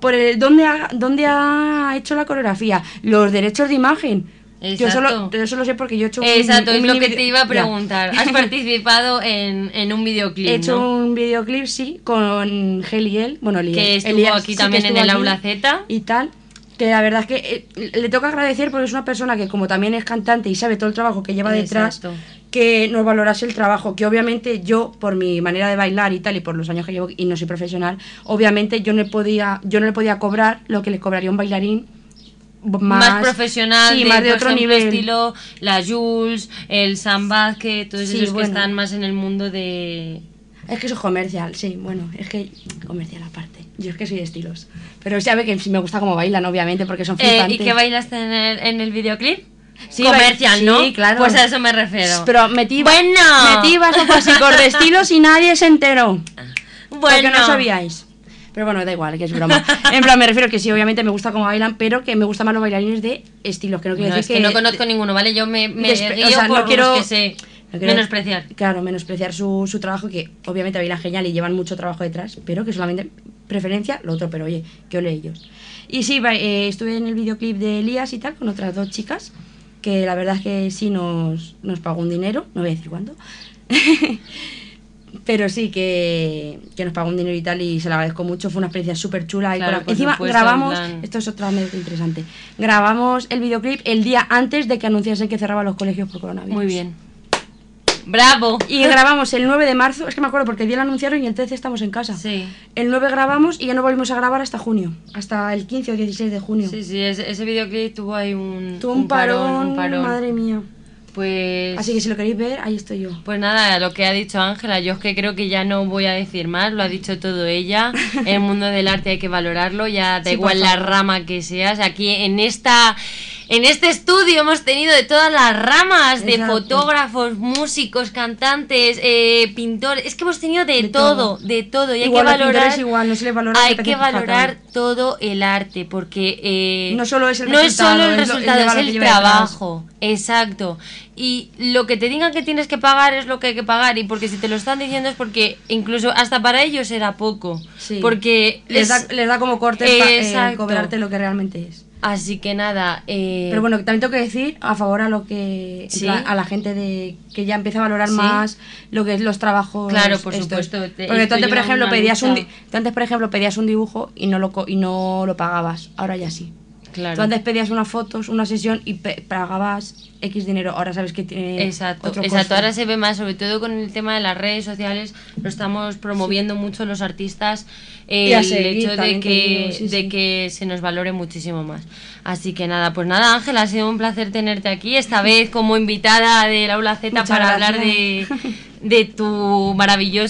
por el dónde ha, dónde ha hecho la coreografía, los derechos de imagen. Yo solo, Exacto. yo solo sé porque yo he hecho un Exacto, un es lo mini que video- te iba a Ya. preguntar. Has participado en, en un videoclip, He hecho ¿no? un videoclip, sí, con Gel y él, bueno, Liel. Que estuvo Elías, aquí sí, que también en estuvo el aquí Aula Z. Y tal, que la verdad es que eh, le toca agradecer porque es una persona que como también es cantante y sabe todo el trabajo que lleva detrás, Exacto. que nos valorase el trabajo, que obviamente yo, por mi manera de bailar y tal, y por los años que llevo y no soy profesional, obviamente yo no podía, yo no le podía cobrar lo que le cobraría un bailarín más, Más, profesional, sí, de, más de por otro ejemplo, nivel. estilo la Jules, el Sam Vázquez, todos Sí, esos bueno. que están más en el mundo de... Es que soy comercial, sí, bueno, es que comercial aparte. Yo es que soy de estilos. Pero sabe que sí me gusta cómo bailan, obviamente, porque son Eh, ¿Y flipantes. qué bailaste en el, en el videoclip? Sí, Comercial, bail- ¿no? sí, claro. Pues a eso me refiero. Pero metí, Bueno. metí vasos plásticos de estilos y nadie se enteró. Porque no sabíais. Pero bueno, da igual, que es broma. En plan, me refiero que sí, obviamente me gusta cómo bailan, pero que me gustan más los bailarines de estilos. Que no quiere No, es decir que, no conozco ninguno, ¿vale? Yo me, me despe- guío o sea, no por los quiero- que sé no quiero- menospreciar. Claro, menospreciar su, su trabajo, que obviamente bailan genial y llevan mucho trabajo detrás, pero que solamente preferencia lo otro, pero oye, que ole ellos. Y sí, ba- eh, estuve en el videoclip de Elías y tal, con otras dos chicas, que la verdad es que sí nos, nos pagó un dinero, no voy a decir cuánto, pero sí que, que nos pagó un dinero y tal, y se lo agradezco mucho, fue una experiencia súper chula. Claro, por Encima supuesto, grabamos, en plan- esto es otra anécdota interesante, grabamos el videoclip el día antes de que anunciasen que cerraban los colegios por coronavirus. Muy bien. ¡Bravo! Y grabamos el 9 de marzo, es que me acuerdo porque el día lo anunciaron y el 13 estamos en casa. Sí. El 9 grabamos y ya no volvimos a grabar hasta junio, hasta el 15 o 16 de junio. Sí, sí, ese, ese videoclip tuvo ahí un, Tuvo un, parón, madre mía. Pues, Así que si lo queréis ver, ahí estoy yo. pues nada, lo que ha dicho Ángela, yo es que creo que ya no voy a decir más, lo ha dicho todo ella. El mundo del arte hay que valorarlo, ya da Sí, por igual la favor. rama que seas. Aquí en esta en este estudio hemos tenido de todas las ramas, de Exacto. fotógrafos, músicos, cantantes, eh, pintores. Es que hemos tenido de, De todo, todo. de todo. Y igual hay a que pintores valorar. igual, no se le valora hay lo que fatal. valorar todo el arte porque eh, No solo es el no resultado, solo el es lo- es resultado, llevar es lo que el lleva detrás. trabajo exacto y lo que te digan que tienes que pagar es lo que hay que pagar y porque si te lo están diciendo es porque incluso hasta para ellos era poco Sí. porque Les, es- da, les da como corte para Exacto. cobrarte lo que realmente es. así que nada eh, Pero bueno, también tengo que decir a favor a lo que en Sí. plan, a la gente de que ya empieza a valorar Sí. más lo que es los trabajos. Claro, por estos. supuesto, te- Porque esto tú antes, por lleva ejemplo, una pedías un lucha. di- tú antes, por ejemplo, pedías un dibujo y no lo co- y no lo pagabas. Ahora ya sí. claro Tú antes pedías unas fotos, una sesión y pe- pagabas X dinero. Ahora sabes que tiene Exacto, otro exacto. coste. Ahora se ve más, sobre todo con el tema de las redes sociales, lo estamos promoviendo mucho los artistas, eh, Y a el seguir, hecho de también te que, digo, sí, de sí. que se nos valore muchísimo más. Así que nada, pues nada, Ángela, ha sido un placer tenerte aquí, esta vez como invitada del Aula Z Muchas para hablar de, gracias. de tu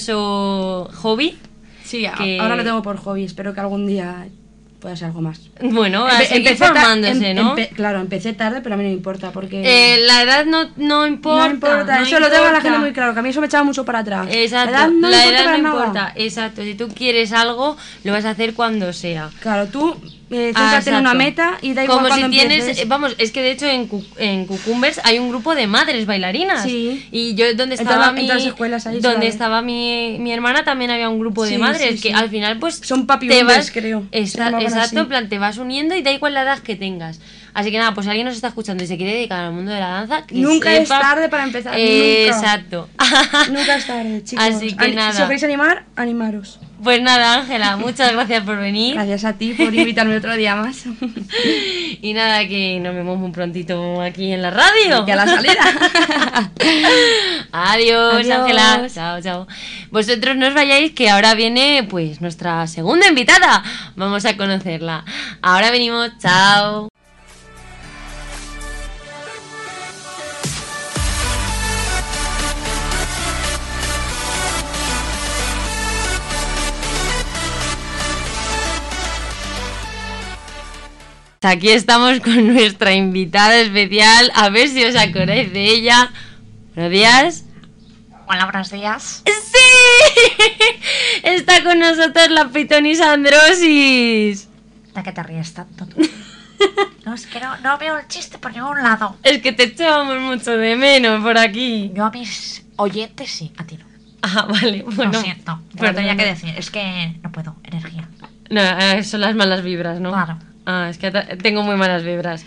maravilloso hobby. Sí, a- que- ahora lo tengo por hobby. Espero que algún día pueda ser algo más. Bueno, a Empe- seguir tar- formándose, em- ¿no? empe- claro, empecé tarde, pero a mí no me importa porque... Eh, la edad no, no importa. no importa, no eso lo tengo a la gente importa. muy claro, que a mí eso me echaba mucho para atrás. Exacto, edad Ah, no la importa edad para no nada. importa, exacto. Si tú quieres algo, lo vas a hacer cuando sea. Claro, tú eh, Ah, céntrate en una exacto. meta y da igual Como si cuándo tienes, empieces. eh, vamos, es que de hecho en, Cu- en Cucumbers hay un grupo de madres bailarinas. Sí. Y yo donde En estaba todas- mi, en todas las escuelas ahí se va a donde ver. estaba mi, mi hermana también había un grupo de Sí, madres sí, que sí. al final pues Son papi te boomers, vas- creo. Se Esta- llamaban exacto, así. en plan te vas uniendo y da igual la edad que tengas. Así que nada, pues si alguien nos está escuchando y se quiere dedicar al mundo de la danza, que Nunca es sepa- tarde para empezar, Eh, nunca. Exacto. Nunca es tarde, chicos. Así que Ani- nada. Si os queréis animar, animaros. Pues nada, Ángela, muchas gracias por venir. Gracias a ti por invitarme otro día más. Y nada, que nos vemos muy prontito aquí en la radio. Ya la salida. Adiós, Adiós. Ángela. Chao, chao. Vosotros no os vayáis, que ahora viene pues nuestra segunda invitada. Vamos a conocerla. Ahora venimos, chao. Aquí estamos con nuestra invitada especial. A ver si os acordáis de ella. Buenos días. Hola, buenos días. ¡Sí! Está con nosotros la pitonis androsis. ¿De qué te ríes tanto tú? No, es que no, no veo el chiste por ningún lado. Es que te echábamos mucho de menos por aquí. Yo a mis oyentes sí, a ti no. Ah, vale, bueno. Lo siento, pero tenía que decir, es que no puedo, energía. No, eh, son las malas vibras, ¿no? Claro. Ah, es que ta- tengo muy malas vibras.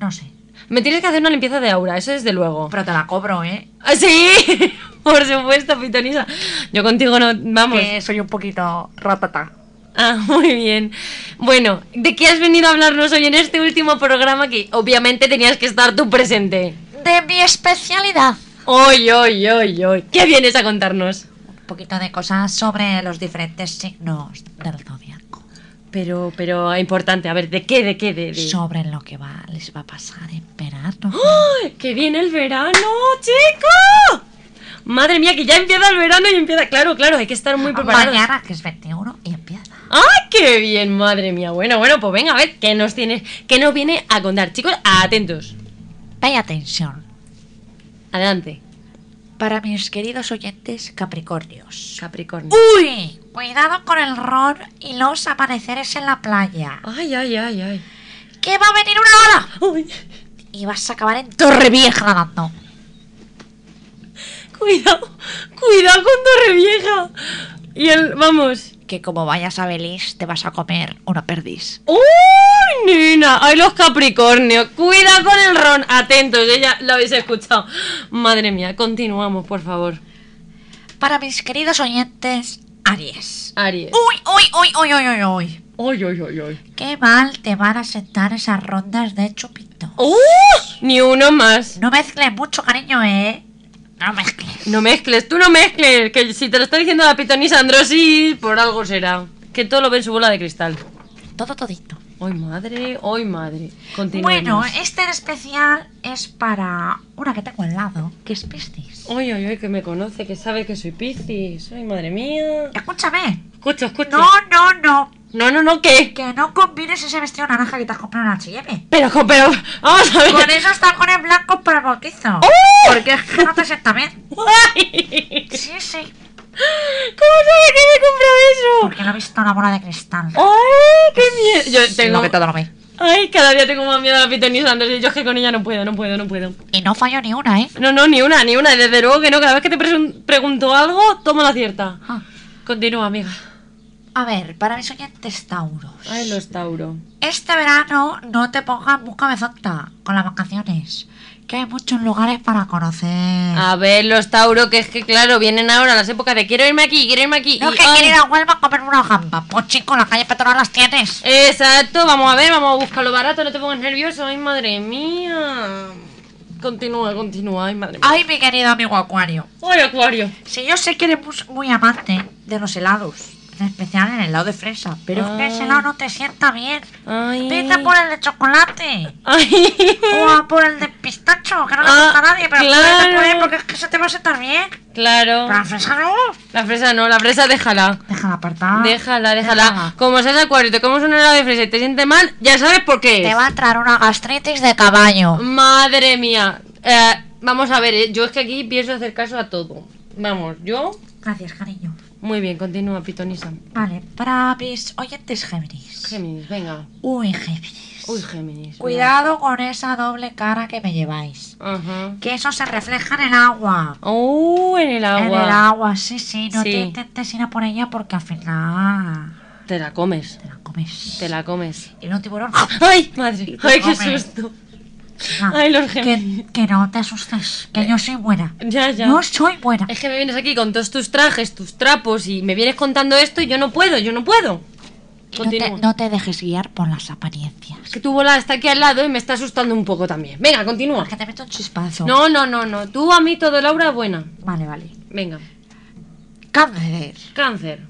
No sé. Me tienes que hacer una limpieza de aura, eso desde luego. Pero te la cobro, ¿eh? Ah, Sí, por supuesto, pitonisa. Yo contigo no. Vamos. Que soy un poquito ratata. Ah, muy bien. Bueno, ¿de qué has venido a hablarnos hoy en este último programa que obviamente tenías que estar tú presente? De mi especialidad. Hoy, hoy, hoy, hoy. ¿Qué vienes a contarnos? Un poquito de cosas sobre los diferentes signos del zodiaco. Pero, pero, importante, a ver, ¿de qué, de qué, de, de- Sobre lo que va, les va a pasar en verano. ¡Ay, ¡Que viene el verano, chico! Madre mía, que ya empieza el verano y empieza... Claro, claro, hay que estar muy preparados. Mañana, que es 21, y empieza. ¡Ay, qué bien, madre mía! Bueno, bueno, pues venga, a ver, ¿qué nos tienes, qué nos viene a contar? Chicos, atentos. Pay atención. Adelante. Para mis queridos oyentes capricornios. Capricornio. ¡Uy! Cuidado con el ron y los apareceres en la playa. Ay, ay, ay, ay. ¡Que va a venir una ola! Uy, Y vas a acabar en Torrevieja nadando. cuidado, cuidado con Torrevieja. Y el, vamos. Que como vayas a Belice te vas a comer una perdiz. ¡Uy, nena! ¡Ay, los Capricornios! Cuidado con el ron. Atentos, ella lo habéis escuchado. Madre mía, continuamos, por favor. Para mis queridos oyentes, Aries. Aries. ¡Uy, uy, uy, uy, uy, uy, uy! ¡Uy, uy, uy, uy! Qué mal te van a sentar esas rondas de chupito. ¡Uh! Ni uno más. No mezcles mucho, cariño, ¿eh? No mezcles. No mezcles, tú no mezcles. Que si te lo está diciendo la pitonisa Androsis, por algo será. Que todo lo ve en su bola de cristal. Todo todito. ¡Ay, madre! ¡Ay, madre! Continuemos. Bueno, este en especial es para una que tengo al lado, que es Piscis. Ay, ay, ay, que me conoce, que sabe que soy Piscis. Ay, madre mía. Escúchame. Escucha, escucha. No, no, no. no, no, no, ¿qué? Que no combines ese vestido naranja que te has comprado en H&M. Pero, jo, pero, vamos a ver. Con esos tacones blancos para el bautizo. ¡Oh! Porque es que no te sienta bien. ¡Uh! Ay, Sí, sí. ¿Cómo sabe que me he comprado eso? Porque lo he visto en la bola de cristal. Ay, qué miedo. Yo ¡Oh! tengo... Lo que todo lo ve. Ay, cada día tengo más miedo a la pitonisa Androsis. Yo es que con ella no puedo, no puedo, no puedo. Y no fallo ni una, ¿eh? No, no, ni una, ni una. Desde luego que no. Cada vez que te presun- pregunto algo, tomo la cierta. Ah. Continúa, amiga. A ver, para mis oyentes tauros. Ay, los Tauro. Este verano no te pongas muy cabezota con las vacaciones. Que hay muchos lugares para conocer. A ver, los Tauro, que es que claro, vienen ahora las épocas de quiero irme aquí, quiero irme aquí. No y- que ay. quiero ir a Huelva a comer una gamba. Pues chico, las calles petroleras las tienes. Exacto, vamos a ver, vamos a buscar lo barato, no te pongas nervioso, ay madre mía. Continúa, continúa, ay madre mía. Ay, mi querido amigo Ah. Acuario. Ay, Acuario. Si yo sé que eres mus- muy amante de los helados, en especial en el helado de fresa, pero es que ese Ay. helado no te sienta bien. Ay. Vete a por el de chocolate. Ay. O a por el de pistacho, que no le Ah, gusta a nadie, pero claro. vete por él porque es que se te va a sentar bien. Claro. Pero la fresa no. La fresa no, la fresa déjala. Déjala apartada. Déjala, Ah. déjala. Como seas acuario, te comes un helado de fresa y te sientes mal, ya sabes por qué. Te es. va a entrar una gastritis de caballo. Madre mía. Eh, vamos a ver, eh, yo es que aquí pienso hacer caso a todo. Vamos, yo. Gracias, cariño. Muy bien, continúa, Pitonisa. Vale, para mis oyentes Géminis. Géminis, venga. Uy, Géminis. Uy, Géminis. Cuidado con esa doble cara que me lleváis. Ajá. Que eso se refleja en el agua. Uh, en el agua. En el agua, sí, sí. No Sí. te intentes ir a por ella porque al final Te la comes. te la comes. Te la comes. Y no tiburón. ¡Ay, madre! te ¡Ay, qué comes. susto! Ah, Ay, los que, Géminis. que no te asustes. Que yo soy buena. Ya, ya. Eh, Yo soy buena. Es que me vienes aquí con todos tus trajes, tus trapos y me vienes contando esto y yo no puedo, yo no puedo. Y No Continúa. te, no te dejes guiar por las apariencias. Es que tu bola está aquí al lado y me está asustando un poco también. Venga, continúa. Que te meto un chispazo. No, no, no, no. Tú a mí todo Laura buena. Vale, vale. Venga. Cáncer. Cáncer.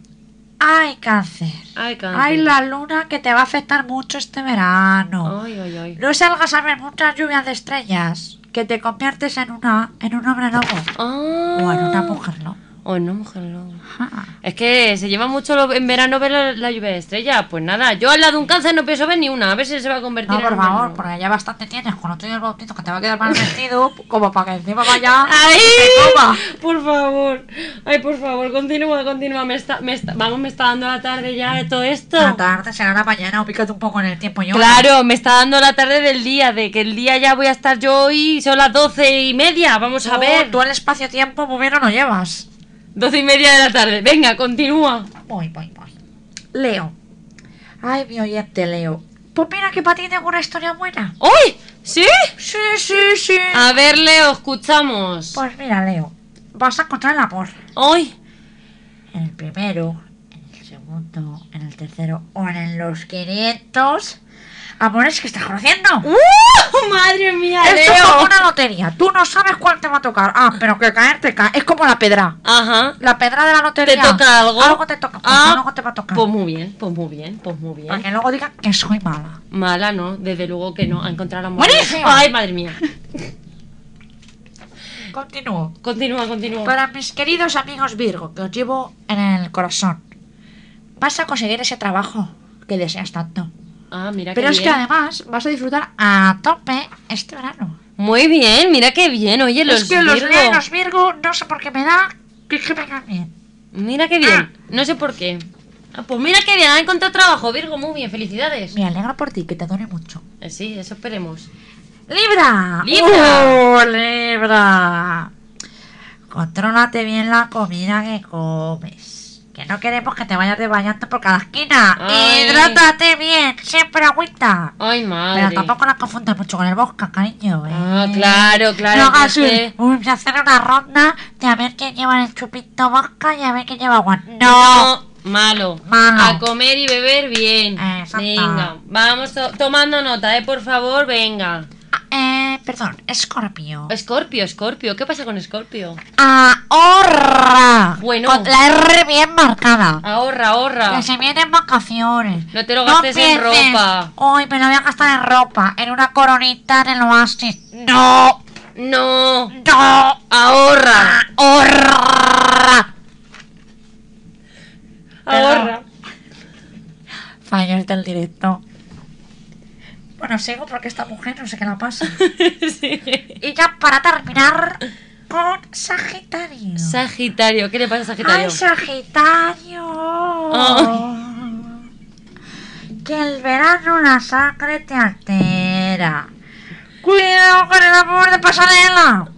Ay, cáncer. Ay, cáncer. Ay, la luna que te va a afectar mucho este verano. Ay, ay, ay. No salgas a ver muchas lluvias de estrellas, que te conviertes en una en un hombre lobo. Ah. O en una mujer lobo. Oh, no, mujer, no. Ajá. Es que se lleva mucho lo- en verano ver la, la lluvia de estrella. Pues nada, yo al lado de un cáncer no pienso ver ni una. A ver si se va a convertir No, en por un favor, verano. porque ya bastante tienes con lo tuyo el bautizo que te va a quedar mal vestido, como para que encima vaya ¡Ay! te coma. Por favor. Ay, por favor, continúa, continúa. Me está, me está, vamos, me está dando la tarde ya de todo esto. La tarde será la mañana o pícate un poco en el tiempo yo. Claro, me está dando la tarde del día, de que el día ya voy a estar yo y son las doce y media, vamos a Tú- ver. Tú el espacio-tiempo muy bien no lo llevas. Doce y media de la tarde, venga, continúa. Voy, voy, voy. Leo. Ay, mi oyente Leo. Pues mira que para ti tengo una historia buena. ¡Uy! ¿Sí? Sí, sí, sí. A ver, Leo, escuchamos. Pues mira, Leo, vas a encontrar el amor. Hoy. En el primero, en el segundo, en el tercero o en los 500 amores que estás conociendo. ¡Uh! ¡Madre mía, Esto es como Leo! una lotería. Tú no sabes cuál te va a tocar. Ah, pero que caerte cae. Es como la pedra. Ajá. La pedra de la ¿Te lotería. toca algo? Algo te toca. Pues Ah, algo te va a tocar. Pues muy bien, pues muy bien, pues muy Para bien. que luego digan que soy mala. Mala no, desde luego que no. A encontrar amor. ¡Buenísimo! ¡Ay, madre mía! Continúo. Continúa, continúa. Para mis queridos amigos Virgo, que os llevo en el corazón, vas a conseguir ese trabajo que deseas tanto. Ah, mira Pero qué es que bien. además vas a disfrutar a tope este verano. Muy bien, mira qué bien. Oye, los es que los Virgo. leo y los Virgo, no sé por qué me da que, que me caen bien. Mira qué bien. No sé por qué. Ah, pues mira qué bien, ha encontrado trabajo, Virgo. Muy bien, felicidades. Me alegro por ti, que te dure mucho. Eh, Sí, eso esperemos. ¡Libra! ¡Libra! ¡Oh, Libra! Contrólate bien la comida que comes. Que no queremos que te vayas desmayando por cada esquina. Ay. ¡Hidrátate bien! ¡Siempre agüita! Ay, Pero madre. tampoco la confundas mucho con el bosque, cariño. ¿eh? Ah, claro, claro. No hagas que un- es que- un- de hacer una ronda de a ver quién lleva el chupito bosca y a ver quién lleva agua. ¡No! No, malo. Malo. A comer y beber bien. Exacto. Venga, vamos to- tomando nota, eh, por favor, venga. Ah, Eh, perdón, escorpio. Escorpio, Escorpio, ¿qué pasa con Escorpio? Ahorra. Bueno. Ah, Con la R bien marcada. Ahorra, ahorra. Que se vienen vacaciones. No te lo gastes en pienses, ropa. Hoy me lo voy a gastar en ropa. En una coronita en el oasis. No. No, No. ahorra. Ah, Ahorra. Ahorra. Fallos del directo. Bueno, sigo porque esta mujer no sé qué la pasa. Sí. y ya para terminar con Sagitario. Sagitario, ¿qué le pasa a Sagitario? ¡Ay, Sagitario! Que el verano la sangre te altera. ¡Cuidado con el amor de pasarela!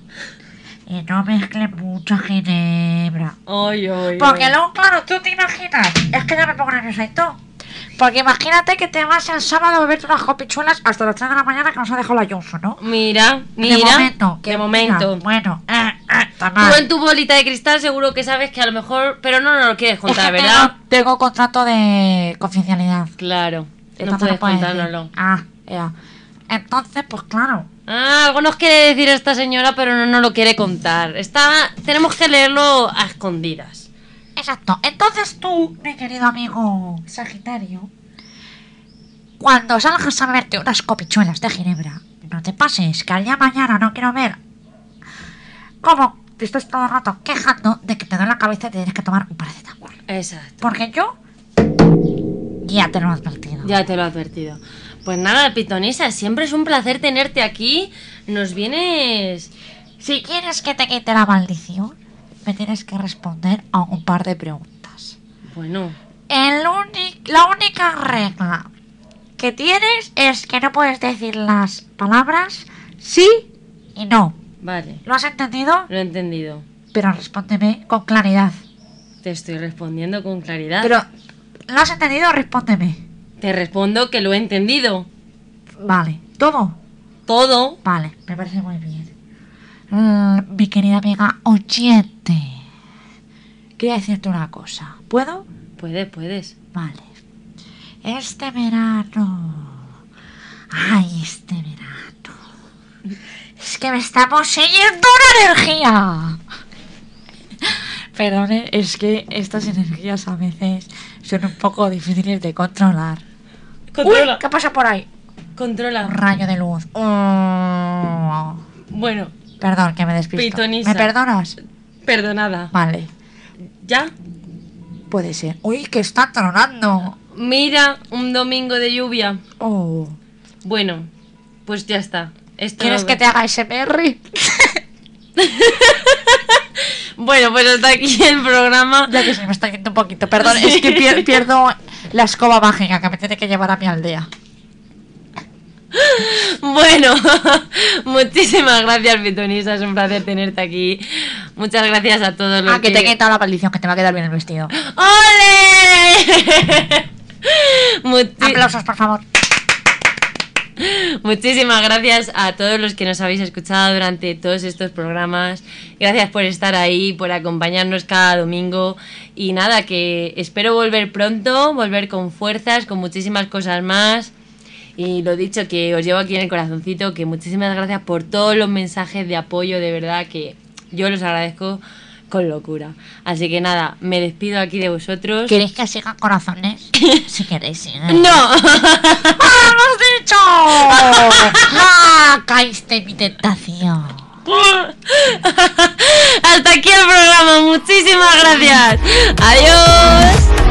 Y no mezcles mucha ginebra. Ay, ay, Porque ay. luego, claro, tú te imaginas. Es que ya me pongo nerviosa y todo. Porque imagínate que te vas el sábado a beberte unas copichuelas hasta las 3 de la mañana que nos ha dejado la Johnson, ¿no? Mira, mira. de momento. que de mira, momento. bueno, eh, eh, está mal. Tú en tu bolita de cristal seguro que sabes que a lo mejor... Pero no nos lo quieres contar, Es que ¿verdad? Tengo, tengo contrato de confidencialidad. Claro. No Entonces puedes puedo decir. contárnoslo. Ah, ya. Entonces, pues claro. Ah, algo nos quiere decir esta señora, pero no nos lo quiere contar. Está, tenemos que leerlo a escondidas. Exacto. Entonces tú, mi querido amigo Sagitario, cuando salgas a verte unas copichuelas de Ginebra, no te pases, que al día de mañana no quiero ver cómo te estás todo el rato quejando de que te duele la cabeza y te tienes que tomar un paracetamol. Exacto. Porque yo ya te lo he advertido. Ya te lo he advertido. Pues nada, pitonisa, siempre es un placer tenerte aquí. Nos vienes. Si quieres que te quite la maldición, me tienes que responder a un par de preguntas. Bueno, El uni- la única regla que tienes es que no puedes decir las palabras sí y no. vale. ¿Lo has entendido? Lo he entendido. Pero respóndeme con claridad. Te estoy respondiendo con claridad. Pero, ¿lo has entendido? Respóndeme. Te respondo que lo he entendido. Vale. ¿Todo? Todo. Vale, me parece muy bien. Mm, mi querida amiga oyente, quería decirte una cosa. ¿Puedo? Puedes, puedes. Vale. Este verano. Ay, este verano. Es que me está poseyendo una energía. Perdone, es que estas energías a veces son un poco difíciles de controlar. Controla. Uy, ¿Qué pasa por ahí? Un Controla. rayo de luz. Oh. Bueno, Perdón, que me despisto. Pitonisa. ¿Me perdonas? perdonada. Vale, ¿Ya? puede ser. Uy, que está tronando. Mira, un domingo de lluvia. Oh. Bueno, pues ya está. Esto ¿Quieres lo- que te haga ese berry? Bueno, pues hasta aquí el programa. Ya que se me está yendo un poquito, perdón, es que pier- pierdo la escoba mágica que me tiene que llevar a mi aldea. Bueno, muchísimas gracias, Pitonisa. Es un placer tenerte aquí. Muchas gracias a todos los Ah, que te he quitado la maldición, que te va a quedar bien el vestido. ¡Ole! Muchi- Aplausos, por favor. Muchísimas gracias a todos los que nos habéis escuchado durante todos estos programas. Gracias por estar ahí, por acompañarnos cada domingo. Y nada, que espero volver pronto, volver con fuerzas, con muchísimas cosas más. Y lo dicho, que os llevo aquí en el corazoncito, que muchísimas gracias por todos los mensajes de apoyo, de verdad, que yo los agradezco con locura. Así que nada, me despido aquí de vosotros. ¿Queréis que sigan corazones? si queréis, sigan. ¡No! ¡Ah, lo has dicho! ¡Ah, caíste en mi tentación! Hasta aquí el programa, muchísimas gracias. Adiós.